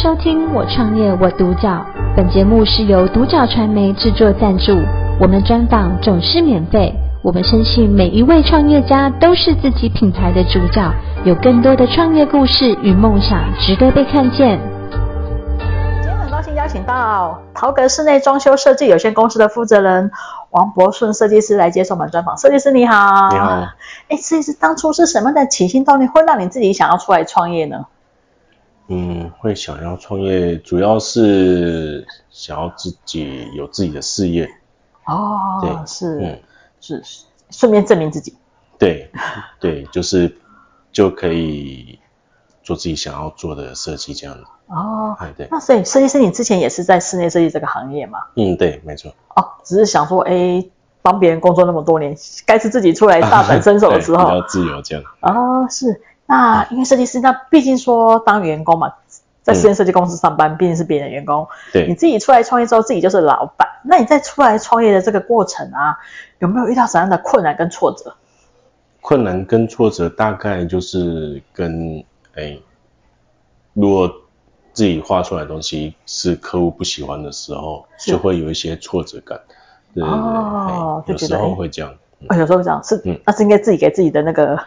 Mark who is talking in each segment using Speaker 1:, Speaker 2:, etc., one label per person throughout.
Speaker 1: 收听《我创业我独角》，本节目是由独角传媒制作赞助，我们专访总是免费。我们深信每一位创业家都是自己品牌的主角，有更多的创业故事与梦想值得被看见。
Speaker 2: 今天很高兴邀请到陶格室内装修设计有限公司的负责人王博顺设计师来接受我们专访。设计师你好，
Speaker 3: 你好。
Speaker 2: 哎，设计师当初是什么样的起心动念会让你自己想要出来创业呢？
Speaker 3: 嗯，会想要创业，主要是想要自己有自己的事业。
Speaker 2: 哦，
Speaker 3: 对
Speaker 2: 是、
Speaker 3: 嗯，
Speaker 2: 是，顺便证明自己。
Speaker 3: 对，对，就是就可以做自己想要做的设计这样子。
Speaker 2: 哦，
Speaker 3: 哎，对，
Speaker 2: 那所以设计师你之前也是在室内设计这个行业嘛？
Speaker 3: 嗯，对，没错。
Speaker 2: 哦，只是想说，哎，帮别人工作那么多年，该是自己出来大展身手的 时
Speaker 3: 哎对比
Speaker 2: 候
Speaker 3: 较自由这样。
Speaker 2: 哦，是，那因为设计师，那毕竟说当员工嘛，在室内设计公司上班，毕竟是别人的员工。你
Speaker 3: 嗯对，
Speaker 2: 自己出来创业之后，自己就是老板。那你在出来创业的这个过程啊，有没有遇到什么样的困难跟挫折？
Speaker 3: 困难跟挫折大概就是跟哎，如果自己画出来的东西是客户不喜欢的时候，
Speaker 2: 是
Speaker 3: 就会有一些挫折感。对对对，
Speaker 2: 哦
Speaker 3: 哎
Speaker 2: 就
Speaker 3: 有
Speaker 2: 觉
Speaker 3: 时
Speaker 2: 得
Speaker 3: 候
Speaker 2: 哎
Speaker 3: 会这样。嗯
Speaker 2: 哎，有时候这样是
Speaker 3: 嗯，
Speaker 2: 那是应该自己给自己的那 个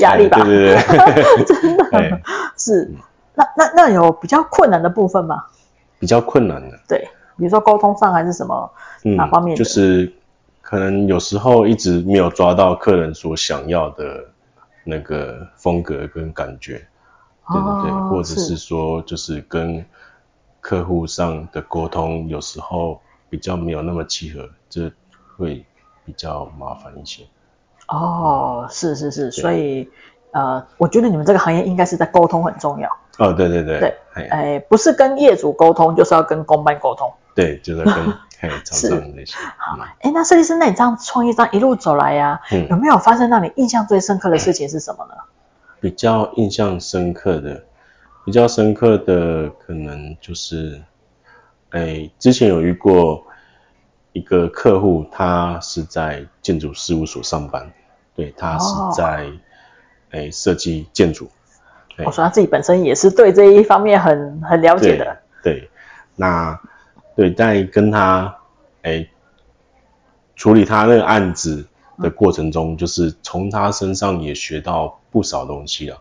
Speaker 2: 压力吧？
Speaker 3: 哎对对对，
Speaker 2: 真的
Speaker 3: 哎
Speaker 2: 是。那那那有比较困难的部分吗？
Speaker 3: 比较困难的，
Speaker 2: 对，比如说沟通上还是什么？
Speaker 3: 嗯，
Speaker 2: 哪方面的
Speaker 3: 就是可能有时候一直没有抓到客人所想要的那个风格跟感觉，对对对，
Speaker 2: 哦
Speaker 3: 或者是说就是跟客户上的沟通有时候比较没有那么契合，这会比较麻烦一些。
Speaker 2: 哦，是是是，所以呃，我觉得你们这个行业应该是在沟通很重要。
Speaker 3: 哦，对对对，
Speaker 2: 对
Speaker 3: 嘿，
Speaker 2: 哎，不是跟业主沟通，就是要跟公办沟通。
Speaker 3: 对，就 是跟嘿厂
Speaker 2: 是
Speaker 3: 商那些，嗯
Speaker 2: 哎，那设计师，那你这样创业这样一路走来呀、
Speaker 3: 嗯
Speaker 2: 有没有发生让你印象最深刻的事情是什么呢？
Speaker 3: 比较印象深刻的，比较深刻的可能就是，哎、之前有遇过一个客户，他是在建筑事务所上班，对他
Speaker 2: 哦
Speaker 3: 是在哎设计建筑，对
Speaker 2: 我说他自己本身也是对这一方面很很了解
Speaker 3: 对
Speaker 2: 的。
Speaker 3: 对，那对在跟他哎、处理他那个案子的过程
Speaker 2: 嗯
Speaker 3: 中，就是从他身上也学到不少东西了。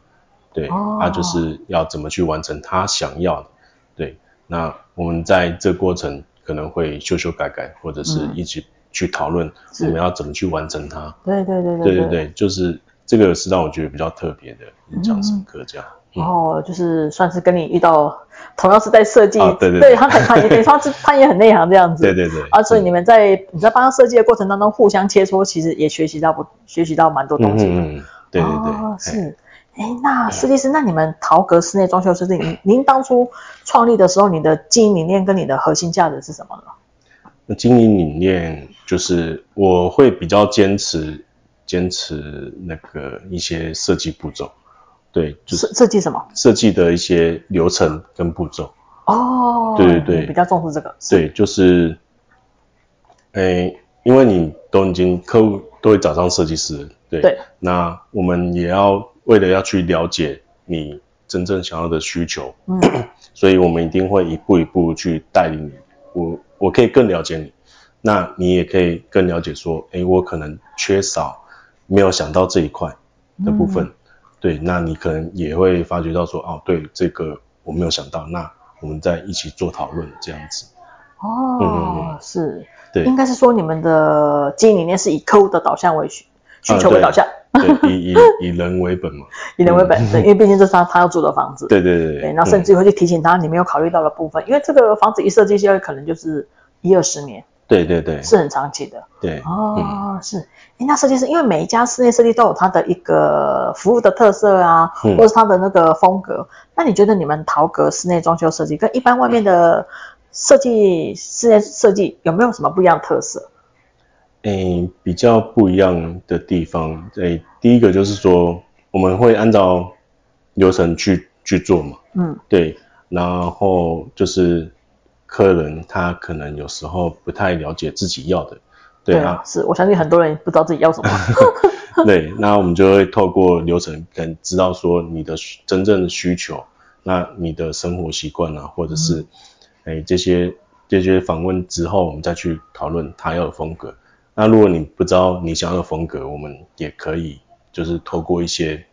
Speaker 3: 对，他、
Speaker 2: 哦
Speaker 3: 就是要怎么去完成他想要的。对，那我们在这过程可能会修修改改，或者是
Speaker 2: 嗯
Speaker 3: 一起去讨论
Speaker 2: 是
Speaker 3: 我们要怎么去完成它。
Speaker 2: 对对对
Speaker 3: 对
Speaker 2: 对
Speaker 3: 对对，就是这个是让我觉得比较特别的印象深刻。这样，嗯
Speaker 2: 然后哦就是算是跟你遇到同样是在设计，
Speaker 3: 啊对对对
Speaker 2: 他很 他也等于他是他也很内行这样子。
Speaker 3: 对对对。
Speaker 2: 啊，所以
Speaker 3: 嗯
Speaker 2: 你们在你在帮他设计的过程当中互相切磋，其实也学习到不学习到蛮多东西的。
Speaker 3: 嗯嗯嗯，对对对，
Speaker 2: 哦、
Speaker 3: 嘿
Speaker 2: 是。哎，那设计师，那你们陶格室内装修设计，您您当初创立的时候，你的经营理念跟你的核心价值是什么呢？
Speaker 3: 那经营理念就是我会比较坚持坚持那个一些设计步骤，对，就是
Speaker 2: 设设计什么？
Speaker 3: 设计的一些流程跟步骤，
Speaker 2: 哦，
Speaker 3: 对对对
Speaker 2: 你比较重视这个。是
Speaker 3: 对，就是，诶，因为你都已经客户都会找上设计师了，对，
Speaker 2: 对
Speaker 3: 那我们也要为了要去了解你真正想要的需求，
Speaker 2: 嗯
Speaker 3: 所以我们一定会一步一步去带领你，我我可以更了解你，那你也可以更了解说，诶，我可能缺少没有想到这一块的部分，
Speaker 2: 嗯
Speaker 3: 对，那你可能也会发觉到说，哦，对，这个我没有想到，那我们再一起做讨论这样子。
Speaker 2: 哦，
Speaker 3: 嗯嗯嗯
Speaker 2: 是，
Speaker 3: 对
Speaker 2: 应该是说你们的经营理念是以客户的导向为需需求为导向，
Speaker 3: 啊对，以以以人为本嘛。
Speaker 2: 以人为本，对，因为毕竟这是他他要住的房子。
Speaker 3: 嗯对对对
Speaker 2: 对，那甚
Speaker 3: 嗯
Speaker 2: 至会去提醒他你没有考虑到的部分，因为这个房子一设计下来，可能就是一二十年，
Speaker 3: 对对对
Speaker 2: 是很长期的。
Speaker 3: 对，嗯
Speaker 2: 哦，是。诶那设计师，因为每一家室内设计都有它的一个服务的特色啊，
Speaker 3: 嗯
Speaker 2: 或是它的那个风格。那你觉得你们陶格室内装修设计跟一般外面的设计室内设计有没有什么不一样的特色？
Speaker 3: 诶，比较不一样的地方，诶，第一个就是说我们会按照流程去去做嘛，
Speaker 2: 嗯，
Speaker 3: 对，然后就是客人他可能有时候不太了解自己要的，对啊，
Speaker 2: 啊，是我相信很多人不知道自己要 什么。
Speaker 3: 对，那我们就会透过流程跟知道说你的需真正的需求，那你的生活习惯啊，或者是哎、这些这些访问之后，我们再去讨论他要的风格。那如果你不知道你想要的风格，我们也可以就是透过一些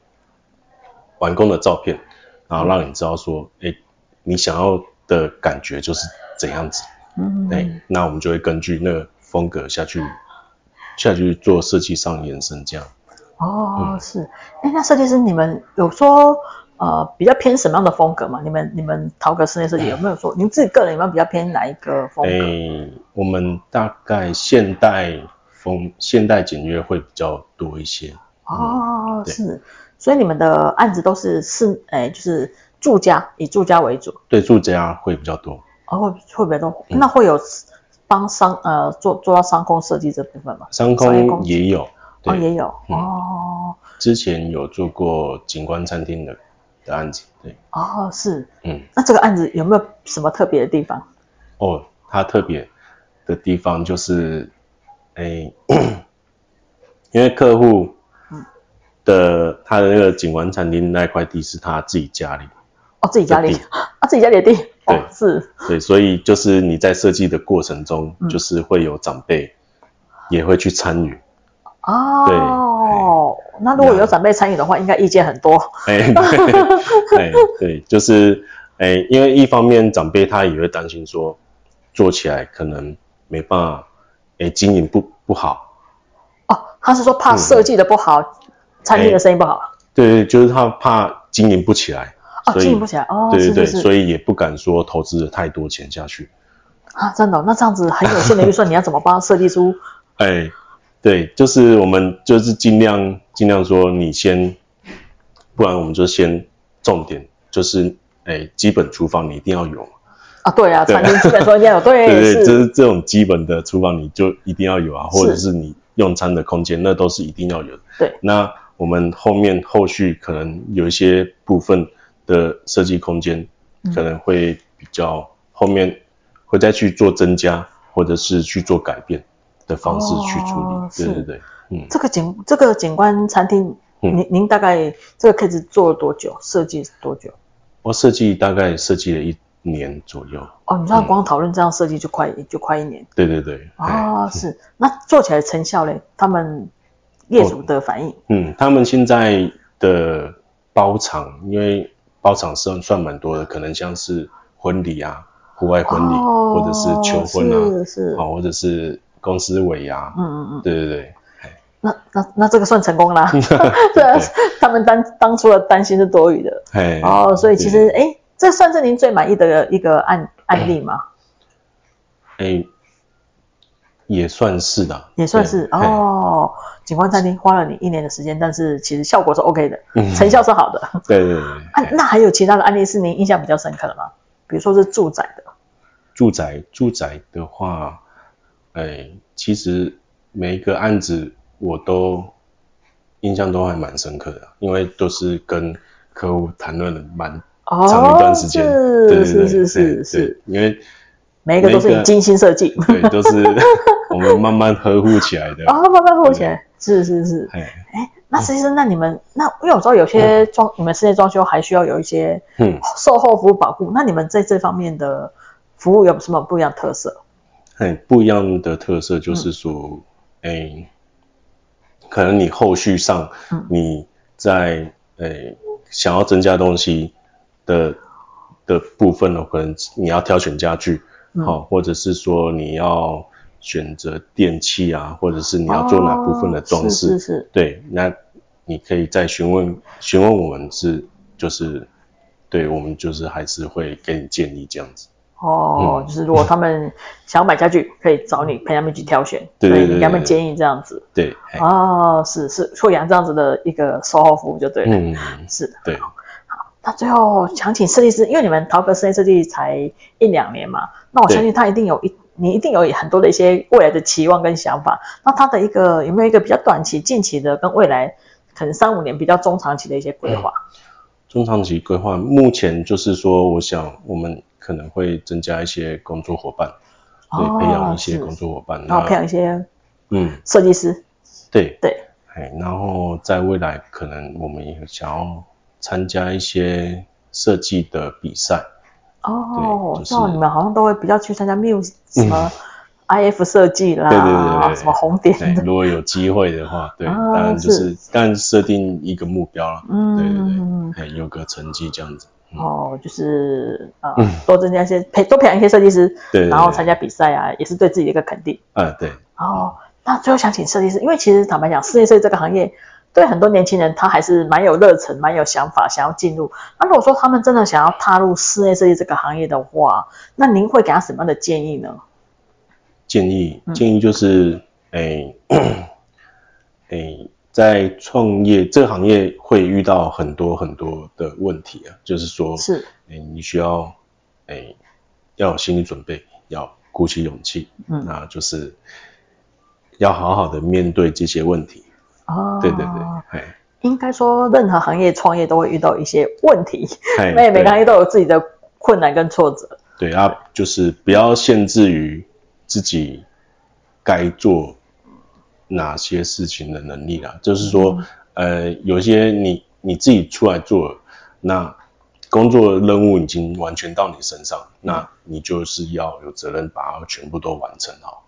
Speaker 3: 完工的照片，然后让你知道说，哎、你想要的感觉就是怎样子。
Speaker 2: 嗯，
Speaker 3: 哎、那我们就会根据那个风格下去下去做设计上的延伸，这样。
Speaker 2: 哦，
Speaker 3: 嗯
Speaker 2: 是，哎，那设计师你们有说呃比较偏什么样的风格吗？你们你们陶格室内设计有没有说，您自己个人有没有比较偏哪一个风
Speaker 3: 哎、
Speaker 2: 格？
Speaker 3: 我们大概现代风、现代简约会比较多一些。
Speaker 2: 哦，
Speaker 3: 嗯对
Speaker 2: 是，所以你们的案子都是是哎就是住家以住家为主，
Speaker 3: 对住家会比较多，
Speaker 2: 哦会会比较多，
Speaker 3: 嗯
Speaker 2: 那会有帮商呃做做到商工设计这部分吗？
Speaker 3: 商
Speaker 2: 商业空
Speaker 3: 空
Speaker 2: 间
Speaker 3: 也有，
Speaker 2: 哦，
Speaker 3: 对，
Speaker 2: 也有
Speaker 3: 嗯
Speaker 2: 哦。
Speaker 3: 之前有做过景观餐厅的的案子，对，
Speaker 2: 哦，是，
Speaker 3: 嗯，
Speaker 2: 那这个案子有没有什么特别的地方？
Speaker 3: 哦，它特别的地方就是，哎、 因为客户
Speaker 2: 嗯
Speaker 3: 的他的那个景观餐厅那块地是他自己家里，
Speaker 2: 哦，自己家里
Speaker 3: 地
Speaker 2: 啊，自己家里的地，哦，
Speaker 3: 对
Speaker 2: 是，
Speaker 3: 对，所以就是你在设计的过程中，
Speaker 2: 嗯
Speaker 3: 就是会有长辈也会去参与，哎
Speaker 2: 哦，那如果有长辈参与的话，应该意见很多，
Speaker 3: 哎、对，哎，对，就是，哎、因为一方面长辈他也会担心说，做起来可能没办法，哎、经营不不好，
Speaker 2: 哦，他是说怕
Speaker 3: 嗯
Speaker 2: 设计的不好，餐
Speaker 3: 哎
Speaker 2: 厅的生意不好，
Speaker 3: 对，就是他怕经营不起来，
Speaker 2: 哦，
Speaker 3: 所以
Speaker 2: 经营不起来，哦，
Speaker 3: 对对
Speaker 2: 是
Speaker 3: 对，
Speaker 2: 是是，
Speaker 3: 所以也不敢说投资了太多钱下去，
Speaker 2: 啊，真的哦，那这样子很有限的预算，你要怎么帮他设计 出？
Speaker 3: 哎、对，就是我们就是尽量尽量说你先，不然我们就先重点就是，哎、基本厨房你一定要有嘛。
Speaker 2: 啊，对啊，
Speaker 3: 对
Speaker 2: 餐厅基本说应该 有，对，
Speaker 3: 对对，
Speaker 2: 是，
Speaker 3: 就是这种基本的厨房你就一定要有啊，
Speaker 2: 是
Speaker 3: 或者是你用餐的空间，那都是一定要有的。
Speaker 2: 对，
Speaker 3: 那我们后面后续可能有一些部分的设计空间，
Speaker 2: 嗯
Speaker 3: 可能会比较后面会再去做增加，或者是去做改变的方式去处理。
Speaker 2: 哦
Speaker 3: 对
Speaker 2: 是
Speaker 3: 对对，嗯，
Speaker 2: 这个景这个景观餐厅，
Speaker 3: 嗯
Speaker 2: 您您大概这个 case 做了多久？设计多久？
Speaker 3: 我设计大概设计了一年左右。
Speaker 2: 哦，你知
Speaker 3: 嗯
Speaker 2: 道光讨论这样设计就快就快一年。
Speaker 3: 对对对，哎
Speaker 2: 哦，是，那做起来成效嘞？他们业主的反应，
Speaker 3: 嗯，他们现在的包场，因为包场算算蛮多的，可能像是婚礼啊、户外婚礼，
Speaker 2: 哦
Speaker 3: 或者是求婚
Speaker 2: 是
Speaker 3: 啊，
Speaker 2: 是，
Speaker 3: 哦，或者是公司尾牙，
Speaker 2: 嗯嗯嗯，
Speaker 3: 对对对，
Speaker 2: 那那那这个算成功 啦，对啊，他们当当初的担心是多余的，
Speaker 3: 哎，
Speaker 2: 哦，所以其实
Speaker 3: 对
Speaker 2: 哎，这算是您最满意的一个案案例吗？
Speaker 3: 哎也算是的，
Speaker 2: 也算是
Speaker 3: 对嘿哎
Speaker 2: 哦，景观餐厅花了你一年的时间，但是其实效果是 OK 的，
Speaker 3: 嗯
Speaker 2: 成效是好的。
Speaker 3: 对对对对，
Speaker 2: 啊
Speaker 3: 嘿，
Speaker 2: 那还有其他的案例是您印象比较深刻的吗？比如说是住宅的，
Speaker 3: 住宅住宅的话，哎，其实每一个案子我都印象都还蛮深刻的，啊因为都是跟客户谈论了蛮
Speaker 2: 哦，
Speaker 3: 长一段时间，对
Speaker 2: 是
Speaker 3: 对
Speaker 2: 是
Speaker 3: 对
Speaker 2: 是是
Speaker 3: 对
Speaker 2: 是，
Speaker 3: 对因为
Speaker 2: 每一个都是
Speaker 3: 每一
Speaker 2: 你
Speaker 3: 个
Speaker 2: 精心设计，
Speaker 3: 对都是 我们慢慢呵护起来的，
Speaker 2: 哦，慢慢火起来，是是是。
Speaker 3: 哎，
Speaker 2: 哎，那其实那你们那因为我知道有些装你们室内装修还需要有一些
Speaker 3: 嗯，
Speaker 2: 售后服务保护，那你们在这方面的服务有什么不一样的特色？
Speaker 3: 很哎不一样的特色
Speaker 2: 嗯
Speaker 3: 就是说，哎、可能你后续上
Speaker 2: 嗯
Speaker 3: 你在哎想要增加东西的的部分呢，可能你要挑选家具，
Speaker 2: 嗯
Speaker 3: 好、或者是说你要选择电器啊，或者是你要做哪部分的装饰，
Speaker 2: 哦是是是，
Speaker 3: 对，那你可以再询问询问我们是就是，对我们就是还是会给你建议这样子。
Speaker 2: 哦，
Speaker 3: 嗯
Speaker 2: 就是如果他们想要买家具，可以找你陪他们去挑选，
Speaker 3: 对对
Speaker 2: 所以你给他们
Speaker 3: 对对
Speaker 2: 建议这样子。
Speaker 3: 对，哎嘿
Speaker 2: 哦，是是，会养这样子的一个售后服务就对了。
Speaker 3: 嗯，
Speaker 2: 是。
Speaker 3: 对，
Speaker 2: 那最后想请设计师，因为你们陶格室内设计才一两年嘛，那我相信他一定有一，你一定有很多的一些未来的期望跟想法。那他的一个有没有一个比较短期、近期的，跟未来可能三五年比较中长期的一些规划？
Speaker 3: 中长期规划目前就是说，我想我们可能会增加一些工作伙伴，
Speaker 2: 哦
Speaker 3: 嗯对，培养一些
Speaker 2: 是
Speaker 3: 工作伙伴，
Speaker 2: 然后培
Speaker 3: 那
Speaker 2: 养一些
Speaker 3: 嗯，
Speaker 2: 设计师，
Speaker 3: 对，
Speaker 2: 对，
Speaker 3: 哎，然后在未来可能我们也想要参加一些设计的比赛。
Speaker 2: 哦
Speaker 3: 对，就是嗯
Speaker 2: 那你们好像都会比较去参加 Muse 什么 IF 设计啦，
Speaker 3: 对对对对对
Speaker 2: 什么红点
Speaker 3: 哎，
Speaker 2: 的，
Speaker 3: 如果有机会的话，对，
Speaker 2: 啊
Speaker 3: 当然就是是当然设定一个目标了，
Speaker 2: 嗯
Speaker 3: 对
Speaker 2: 嗯
Speaker 3: 对对，哎，有个成绩这样子，
Speaker 2: 哦，就是呃，多增加一些培，多培养一些设计师，
Speaker 3: 嗯对对对
Speaker 2: 然后参加比赛啊，也是对自己的一个肯定。
Speaker 3: 啊，对，
Speaker 2: 哦，那最后想请设计师，因为其实坦白讲，室内设计这个行业对很多年轻人他还是蛮有热忱、蛮有想法，想要进入。那如果说他们真的想要踏入室内设计这个行业的话，那您会给他什么样的建议呢？
Speaker 3: 建议
Speaker 2: 嗯
Speaker 3: 建议就是，哎，哎，在创业这个行业会遇到很多很多的问题啊，就是说，
Speaker 2: 是，
Speaker 3: 哎，你需要，哎，要有心理准备，要鼓起勇气，
Speaker 2: 嗯
Speaker 3: 那就是要好好的面对这些问题，
Speaker 2: 哦，
Speaker 3: 对对对，哎，
Speaker 2: 应该说任何行业创业都会遇到一些问题，
Speaker 3: 哎
Speaker 2: 每每
Speaker 3: 对
Speaker 2: 个行业都有自己的困难跟挫折。
Speaker 3: 对啊，就是不要限制于自己该做哪些事情的能力啦。就是说，呃，有些你你自己出来做了，那工作的任务已经完全到你身上，那你就是要有责任把它全部都完成好。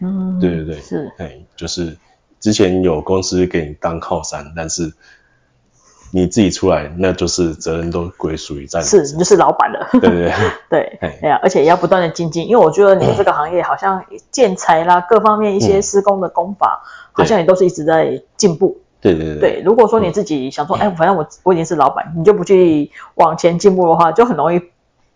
Speaker 2: 嗯，
Speaker 3: 对对对，
Speaker 2: 是，
Speaker 3: 哎，就是之前有公司给你当靠山，但是你自己出来，那就是责任都归属于在你
Speaker 2: 是，
Speaker 3: 身
Speaker 2: 你
Speaker 3: 上。
Speaker 2: 就是老板了。
Speaker 3: 对对对，
Speaker 2: 对
Speaker 3: 嘿，
Speaker 2: 对啊，而且也要不断的精进，因为我觉得你们这个行业好像建材啦，各方面一
Speaker 3: 嗯
Speaker 2: 些施工的工法，好像也都是一直在进步。
Speaker 3: 对对对嗯
Speaker 2: 对，如果说你自己想说，哎，反正我我已经是老板，你就不去往前进步的话，就很容易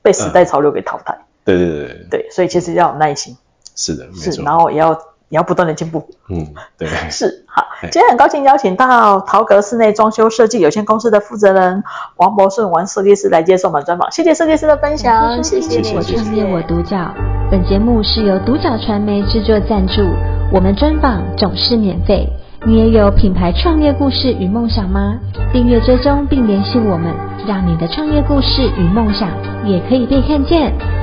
Speaker 2: 被时
Speaker 3: 嗯
Speaker 2: 代潮流给淘汰。
Speaker 3: 对对对对，
Speaker 2: 对，所以其实要有耐心，
Speaker 3: 是的，没
Speaker 2: 是，
Speaker 3: 错。
Speaker 2: 然后也要也要不断的进步。
Speaker 3: 嗯，对，
Speaker 2: 是好，
Speaker 3: 哎
Speaker 2: 今天很高兴邀请到陶格室内装修设计有限公司的负责人王博顺王设计师来接受我们专访，谢谢设计师的分享，谢谢
Speaker 1: 谢
Speaker 2: 你，
Speaker 1: 我
Speaker 3: 谢谢
Speaker 1: 创业我独角。本节目是由独角传媒制作赞助，我们专访总是免费。你也有品牌创业故事与梦想吗？订阅追踪并联系我们，让你的创业故事与梦想也可以被看见。